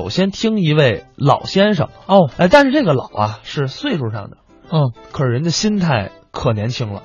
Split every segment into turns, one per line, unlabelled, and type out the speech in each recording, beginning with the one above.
首先听一位老先生，
哦，
哎，但是这个老啊是岁数上的，
嗯，
可是人家心态可年轻了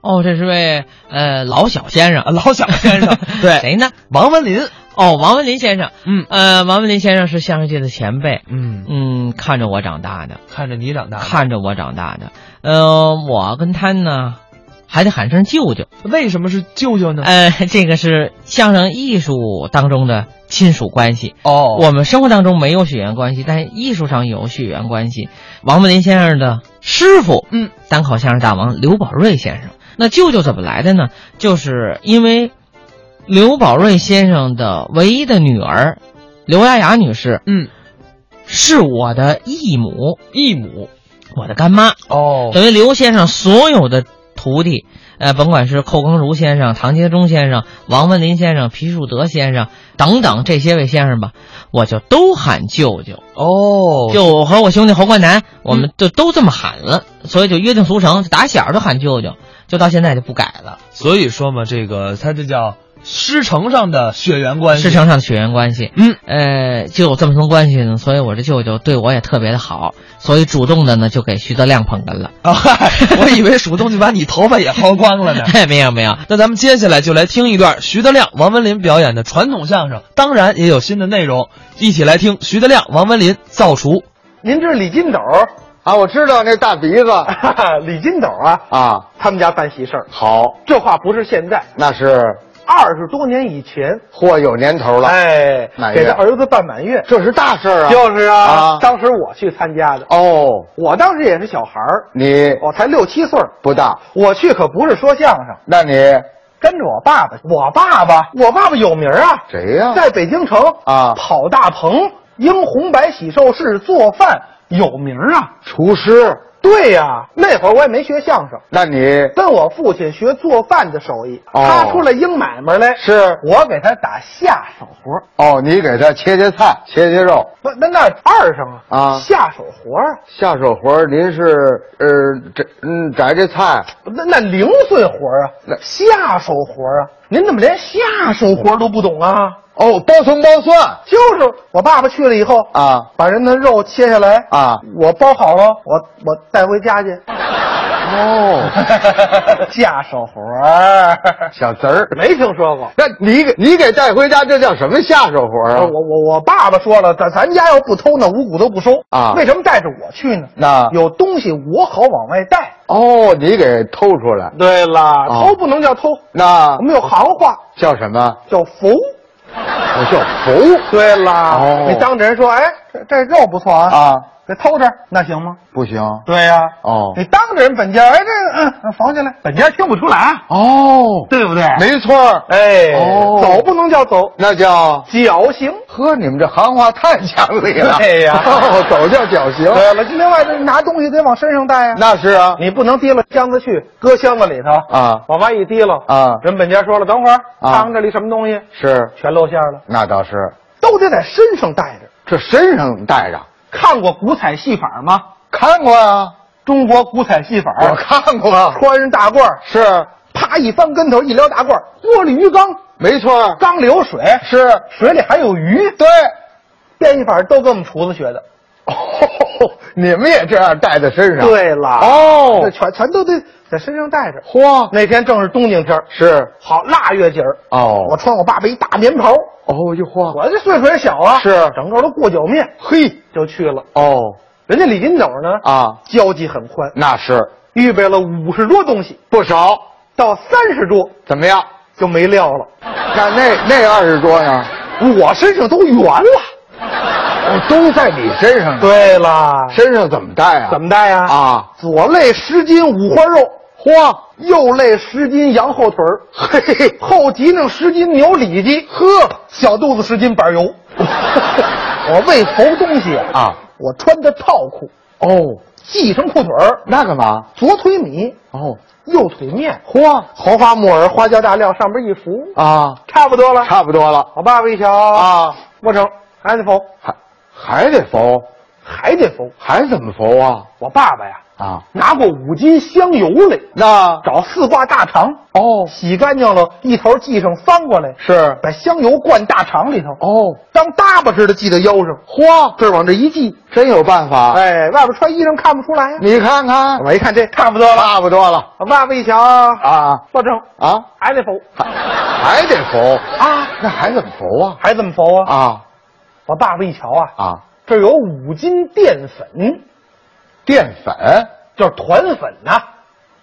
哦，这是位呃老小先生，
啊，，老小先生 对，
谁呢？
王文林，
哦，王文林先生，
嗯
呃，王文林先生是相声界的前辈，
嗯，
嗯，看着我长大的，
看着你长大的，
看着我长大的，呃，我跟他呢，还得喊声舅舅，
为什么是舅舅呢？
呃，这个是相声艺术当中的亲属关系。
哦，
我们生活当中没有血缘关系，但是艺术上有血缘关系。王文林先生的师傅，
嗯，
单口相声大王刘宝瑞先生。那舅舅怎么来的呢？就是因为刘宝瑞先生的唯一的女儿刘雅雅女士
嗯，
是我的义母，
义母，
我的干妈。
哦，
等于刘先生所有的徒弟，呃，甭管是寇更如先生、唐杰忠先生、王文林先生、皮树德先生等等这些位先生吧，我就都喊舅舅。
哦，嗯
就我和我兄弟侯冠南，我们就都这么喊了，所以就约定俗成，打小就喊舅舅，就到现在就不改了。
所以说嘛，这个他这叫师承上的血缘关系，
师承上的血缘关系，
嗯，
呃，就有这么层关系呢，所以我这舅舅对我也特别的好，所以主动的呢就给徐德亮捧哏了。
啊、 嗨，我以为鼠东就把你头发也薅光了呢。
哎，没有没有，
那咱们接下来就来听一段徐德亮、王文林表演的传统相声，当然也有新的内容，一起来听徐德亮、王文林造厨。
您这是李金斗
啊，我知道那大鼻子
李金斗啊
啊，
他们家办喜事儿，
好，
这话不是现在，
那是
二十多年以前，
货有年头了，
哎
满，月
给他儿子办满月，
这是大事儿啊。
就是啊
啊，
当时我去参加的，
哦，
我当时也是小孩儿，
你
我才六七岁儿，
不大，
我去可不是说相声，
那你
跟着我爸爸，我爸爸，我爸爸有名儿啊，
谁呀
在北京城
啊
跑大棚，英红白喜寿事做饭有名儿啊，
厨师，
对呀、那会儿我也没学相声。
那你
跟我父亲学做饭的手艺，
哦
他出来应买卖来，
是
我给他打下手活儿。
哦，你给他切切菜，切切肉，
不，那那二声啊，
啊
下手活儿啊，
下手活儿您是呃摘嗯摘这菜，
那那零碎活儿啊
那，
下手活儿啊，您怎么连下手活儿都不懂啊？
哦，包葱包蒜
就是我爸爸去了以后，
啊
把人的肉切下来
啊
我包好了，我我带回家去。
哦，
下手活儿
小侄儿，
没听说过。
那你给你给带回家，这叫什么下手活儿啊？
我我我爸爸说了，咱咱家要不偷那五谷都不收
啊
为什么带着我去呢？
那
有东西我好往外带。
哦，你给偷出来，
对了，啊
哦
偷不能叫偷，
那
我们有行话
叫什么？
叫缝。
我叫佛
对了，
哦
你当着人说，哎，这这肉不错啊，
啊，
给偷着那行吗？
不行
对呀、
哦
你当着人本家，哎，这个嗯嗯，缝起来，本家听不出来，啊
哦，
对不对？
没错儿
哎，
哦
走不能叫走，
那叫
绞刑。
呵，你们这行话太讲理了。
对呀
哦，走叫绞刑，
对了，另外这拿东西得往身上带呀、
那是啊
你不能提了箱子去，搁箱子里头
啊
往外一提了
啊
人本家说了，等会儿
啊
看看这里什么东西，
是，
全露馅了，
那倒是，
都得在身上带着。
这身上带着
看过古彩戏法吗？
看过啊，
中国古彩戏法，
我看过啊，
穿人大褂，
是
啪一翻跟头，一撩大褂，窝里鱼缸，
没错儿，
缸里有水，
是
水里还有鱼，
对。
变戏法都跟我们厨子学的。
哦，你们也这样带在身上？，
对了，
哦
这，全全都得在身上带着。
嚯，
那天正是冬景天儿，
是
好腊月节儿，
哦
我穿我爸爸一大棉袍，
哦，就嚯，
我这岁数也小啊，
是
整个都过脚面
嘿，
就去了。
哦
人家李金斗呢，
啊，
交际很宽，
那是
预备了五十桌东西，
不少，
到三十桌
怎么样？
就没料了，
那那那二十桌呢？
我身上都圆了。
哦，都在你身上呢。
对啦，
身上怎么带啊？
怎么带呀？
啊？
左肋十斤五花肉，嚯，右肋十斤羊后腿儿，嘿嘿，后脊梁十斤牛里脊，呵，小肚子十斤板油。我为缝东西
啊，
我穿的套裤，
哦，
系上裤腿儿，
那干嘛？
左腿米，
哦，
右腿面，
嚯
黄花木耳、花椒大料上边一浮，
啊，
差不多了。
差不多了哦
我爸爸一瞧，
啊，
不成，还得缝，
还还得缝
还得缝。
还怎么佛啊？
我爸爸呀，
啊，
拿过五斤香油来，
那
找四挂大肠，
哦
洗干净了，一头系上，翻过来，
是
把香油灌大肠里头，
哦，
当搭把似的系在腰上，嚯，这儿往这一系，
真有办法。
哎，外边穿衣裳看不出来呀、
啊你看看，
我一看这差不多了，
差不多了
我爸爸一瞧，
啊
不成，
啊，
还得缝
还还得佛
啊，
那还怎么佛啊？
还怎么缝啊？
啊
我爸爸一瞧啊，
啊，
这儿有五斤淀粉，
淀粉
就是团粉呐、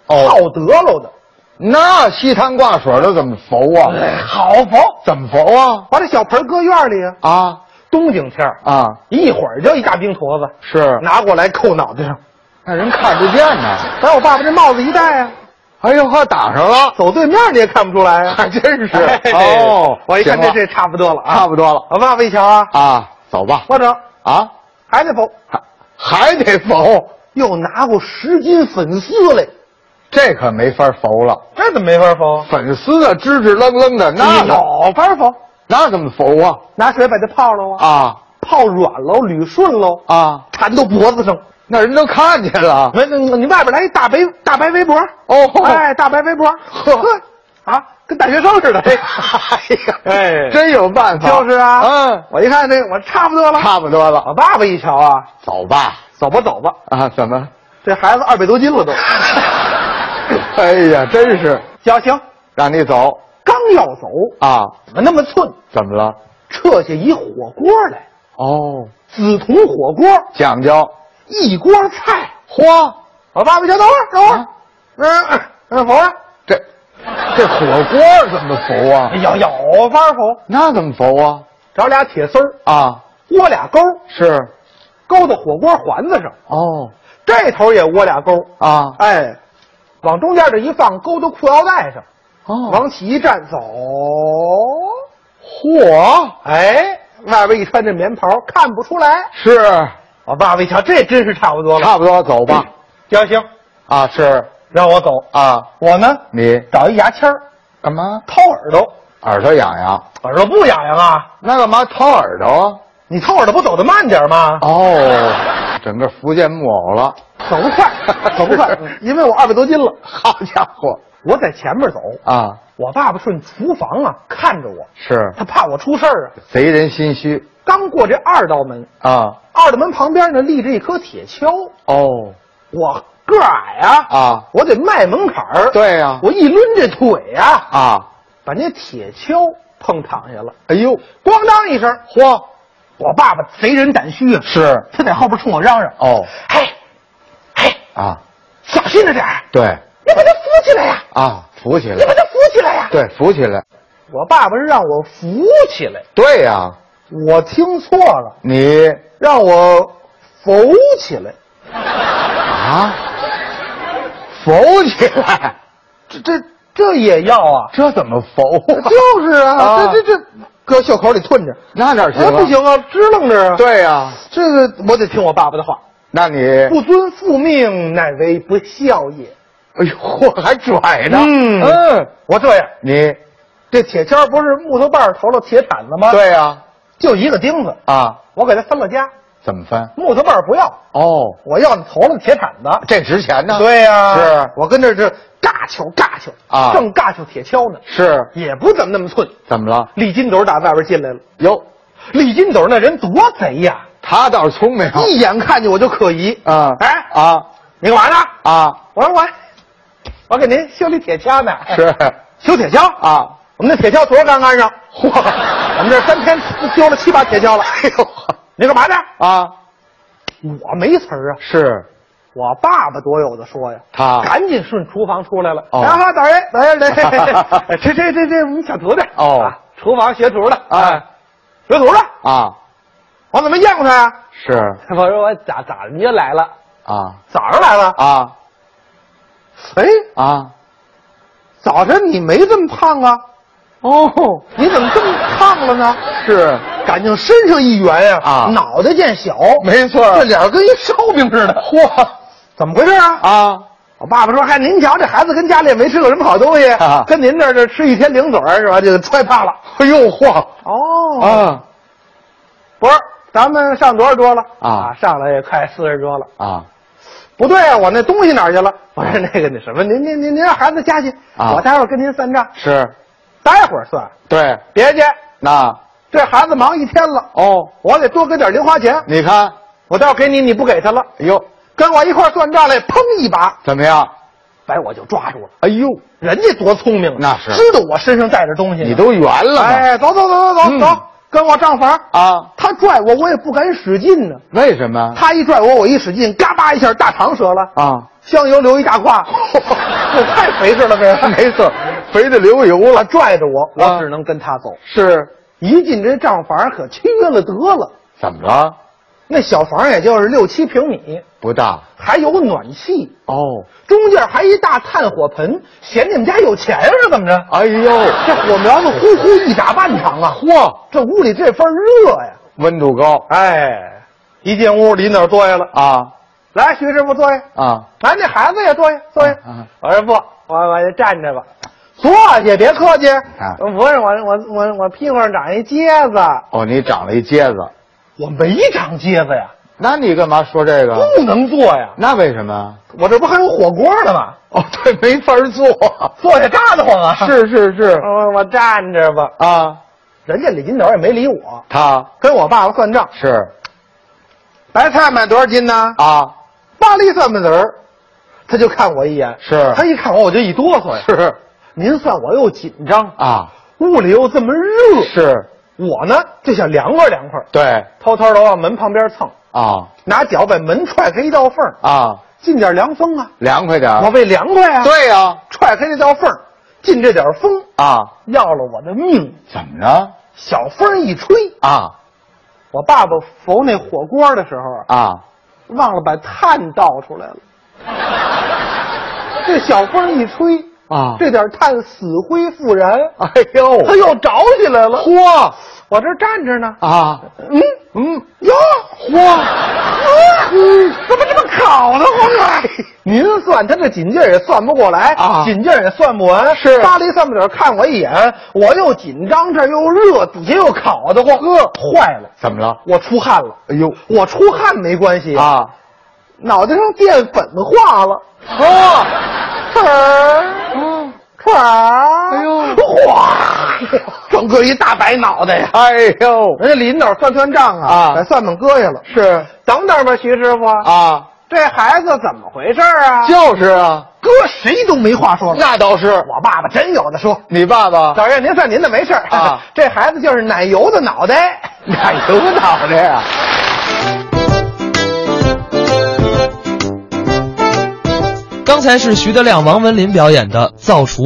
泡
哦，
得喽的，
那稀汤挂水的怎么佛啊？
哎好缝。
怎么佛啊？
把这小盆搁院里啊，
啊
冬景天儿，
啊，
一会儿就一大冰坨子，
是，
拿过来扣脑袋上。
那人看不见呢。
把我爸爸这帽子一戴啊，
哎呦呵，打上了，
走对面你也看不出来啊，
还真是
哎
哦
我一看这
行了
这差不多了啊，
差不多了
我爸爸一瞧啊，
啊，走吧
我整
啊，
还得缝，
还还得佛，
又拿过十斤粉丝来，
这可没法佛了。
这怎么没法缝？
粉丝啊，支支愣愣的，
哎
那怎
有法缝，
那怎么佛啊？
拿水把它泡了啊，
啊
泡软喽，捋顺喽，
啊，
缠到脖子上。
那人都看见了。
那那你外边来一大白大白围脖，
哦，
哎，大白围脖，呵，啊，跟大学生似的，哎，哎呀，哎
真有办法，
就是啊，
嗯，
我一看这我差不多了，
差不多
我
了，
爸爸一瞧啊，
走吧。
走吧走吧，
啊，怎么？
这孩子二百多斤 了都，
哎呀，真是
行行，
让你走
刚要走，
啊？
怎么那么寸？
怎么了？
撤下一火锅来，
哦，
紫铜火锅，
讲究。
一锅菜。
嚯，
我爸爸一瞧，等会儿等会儿，啊嗯嗯，否啊，
这这火锅怎么佛啊？
哎有有法儿否？
那怎么佛啊？
找俩铁丝儿，
啊，
窝俩钩儿，
是
勾到火锅环子上，
哦
这头也窝俩钩儿，
啊
哎，往中间这一放，勾到裤腰带上，
哦，
往起一站，走。
嚯
哎，外边一穿这棉袍，看不出来。
是
我爸爸一瞧，这真是差不多了。
差不多，走吧。
行行，
啊，是
让我走。
啊，
我呢，
你
找一牙签儿
干嘛？
掏耳朵，
耳朵痒痒？
耳朵不痒痒啊？
那干嘛掏耳朵？
你掏耳朵不走得慢点吗？
哦，整个福建木偶了。
走得快，走得 快，因为我二百多斤了。
好家伙
我在前面走，
啊，
我爸爸顺厨房啊看着我，
是
他怕我出事儿啊。
贼人心虚
刚过这二道门，
啊。
二道门旁边呢立着一颗铁锹，
哦
我个儿矮啊，
啊，
我得迈门槛儿。
对啊呀
我一抡这腿啊，
啊，
把那铁锹碰躺下了，
哎呦，
咣当一声，
嚯，
我爸爸贼人胆虚啊，
是
他在后边冲我嚷嚷：“
哦
嘿，嘿，
啊，
小心着点儿，
对
你把他扶起来呀、
啊，扶起
你把
来，
他扶起来呀、
对，扶起来，
我爸爸是让我扶起来，
对呀、
我听错了，
你
让我扶起来。
啊，扶起来，
这这这也要啊？
这怎么扶啊？
就是啊，
啊
这这这，搁袖口里吞着，
那哪行、
那不，行啊，支棱着啊。，
对呀、
这个我得听我爸爸的话，
那你，
不遵父命，乃为不孝也。
哎呦， 嚯，还拽呢，
嗯
嗯，
我这样，
你，
这铁锹不是木头棒儿头了铁铲子吗？，
对呀、
就一个钉子，
啊，
我给他分了家。
怎么分？
木头棒儿不要，
哦，
我要你头了铁铲子。
这值钱呢，
对呀、
是
我跟这这尬球尬球
啊
正尬球铁锹呢，
是，
也不怎么那么寸。
怎么了？
李金斗打外边进来了，
哟，
李金斗那人多贼呀，
他倒是聪明
一眼看见我就可疑。
啊
哎
啊
你干嘛呢？
啊，
我说我，我给您修理铁锹呢。
是
修铁锹啊，
啊，
我们那铁锹昨儿刚安上，嚯， 我们这三天修了七八铁锹了。哎呦，你干嘛呢？
啊，
我没词儿啊，
是
我爸爸多有的说呀。
他
赶紧顺厨房出来了。
哦
啊，导人，导 人，来，这这这这我们小徒弟
哦
啊厨房学徒的
哎，
学徒的，
啊，
我怎么没见过他呀？
是
我说我咋咋人家来了，
啊
早上来了。
啊
哎，
啊，
早晨你没这么胖啊？
哦，
你怎么这么胖了呢？
是
赶净身上一圆呀，
啊
脑袋见小，
没错儿
这脸儿跟一烧饼似的。嚯，怎么回事啊？
啊，
我爸爸说：“嗨，您瞧这孩子跟家里也没吃过什么好东西，
啊
跟您这儿这吃一
啊
天零嘴儿是吧？就揣胖了。”
哎呦嚯
哦，
哎啊，
不是，咱们上多少桌了？
啊
上来也快四十桌了。
啊，
不对啊，我那东西哪儿去了？我说那个那什么，您您您您让孩子家去，
啊
我待会儿跟您算账，
是，
待会儿算，
对，
别介，
那
这孩子忙一天了，
哦，
我得多给点零花钱，
你看，
我待会儿给你，你不给他了，
哎呦，
跟我一块儿算账来，砰一把，
怎么样？
把我就抓住了。
哎呦，
人家多聪明啊，
那是
知道我身上带着东西呢，
你都圆了呢
哎，走走走走走、
嗯
走，跟我上房。
啊？
他拽我，我也不敢使劲呢。
为什 么？
他一拽我，我一使劲，嘎巴一下，大肠折了，
啊，
香油流一大胯，我太肥实了，这人
没错，肥的流油
他
了，
拽着我，
啊
我只能跟他走。
是，
一进这账房，可缺了得了。
怎么了？
那小房也就是六七平米，
不大
还有暖气，
哦，
中间还一大炭火盆，嫌你们家有钱啊是怎么着？啊
哎呦，
这火苗子呼呼一打半场啊！
嚯，
这屋里这份热呀！
温度高
哎，一进屋，李脑坐下了，
啊
来，徐师傅坐下，
啊，
来，那孩子也坐下，坐下。
啊啊
我说不，我我就站着吧，坐下，别客气。不是我我我我屁股上长一疖子，
哦，你长了一疖子，
我没长疖子呀，
那你干嘛说这个？
不能坐呀。
那为什么？
啊我这不还有火锅呢吗？
哦，对，没法做。
坐下扎得慌啊！，
是是是
我我站着吧。
啊，
人家李金斗也没理我，
他
跟我爸爸算账，
是
白菜买多少斤呢？
啊
八粒蒜粉子儿，他就看我一眼，
是
他一看我，我就一哆嗦呀。
是
您算我又紧张，
啊
屋里又这么热，
是，
我呢就想凉快凉快，
对
偷偷的往门旁边蹭，
啊
拿脚把门踹开一道缝儿，
啊，
进点凉风啊，
凉快点儿。
我为凉快啊，，
对呀
踹开这道缝儿，进这点风，
啊，
要了我的命。
怎么着
小风一吹，
啊
我爸爸缝那火锅的时候啊，
啊？
忘了把炭倒出来了。这小风一吹
啊
这点炭死灰复燃，
哎呦
它又着起来了。
嚯
我这站着呢，
啊
嗯
嗯
哟，嚯，嗯，怎么这么烤的慌啊？您算他这紧劲儿也算不过来
哎啊
紧劲儿也算不完。
是
巴黎算不点看我一眼，我又紧张，这儿又热，底下又烤得慌，呵，坏了，
怎么了？
我出汗了。
哎呦
我出汗没关系，
啊
脑袋上淀粉化了。
嚯
呲儿，
嗯
呲儿，
哎呦
哗，整个一大白脑袋呀！
哎呦
人家李导算算账啊，
啊
把算盘搁下了。
是
等等吧，徐师傅，
啊
这孩子怎么回事儿啊？
就是啊，
搁谁都没话说了。
那倒是
我爸爸真有的说，
你爸爸
老爷您算您的没事儿
啊
这孩子就是奶油的脑 袋。
哪有脑袋呀？
刚才是徐德亮、王文林表演的《造厨》。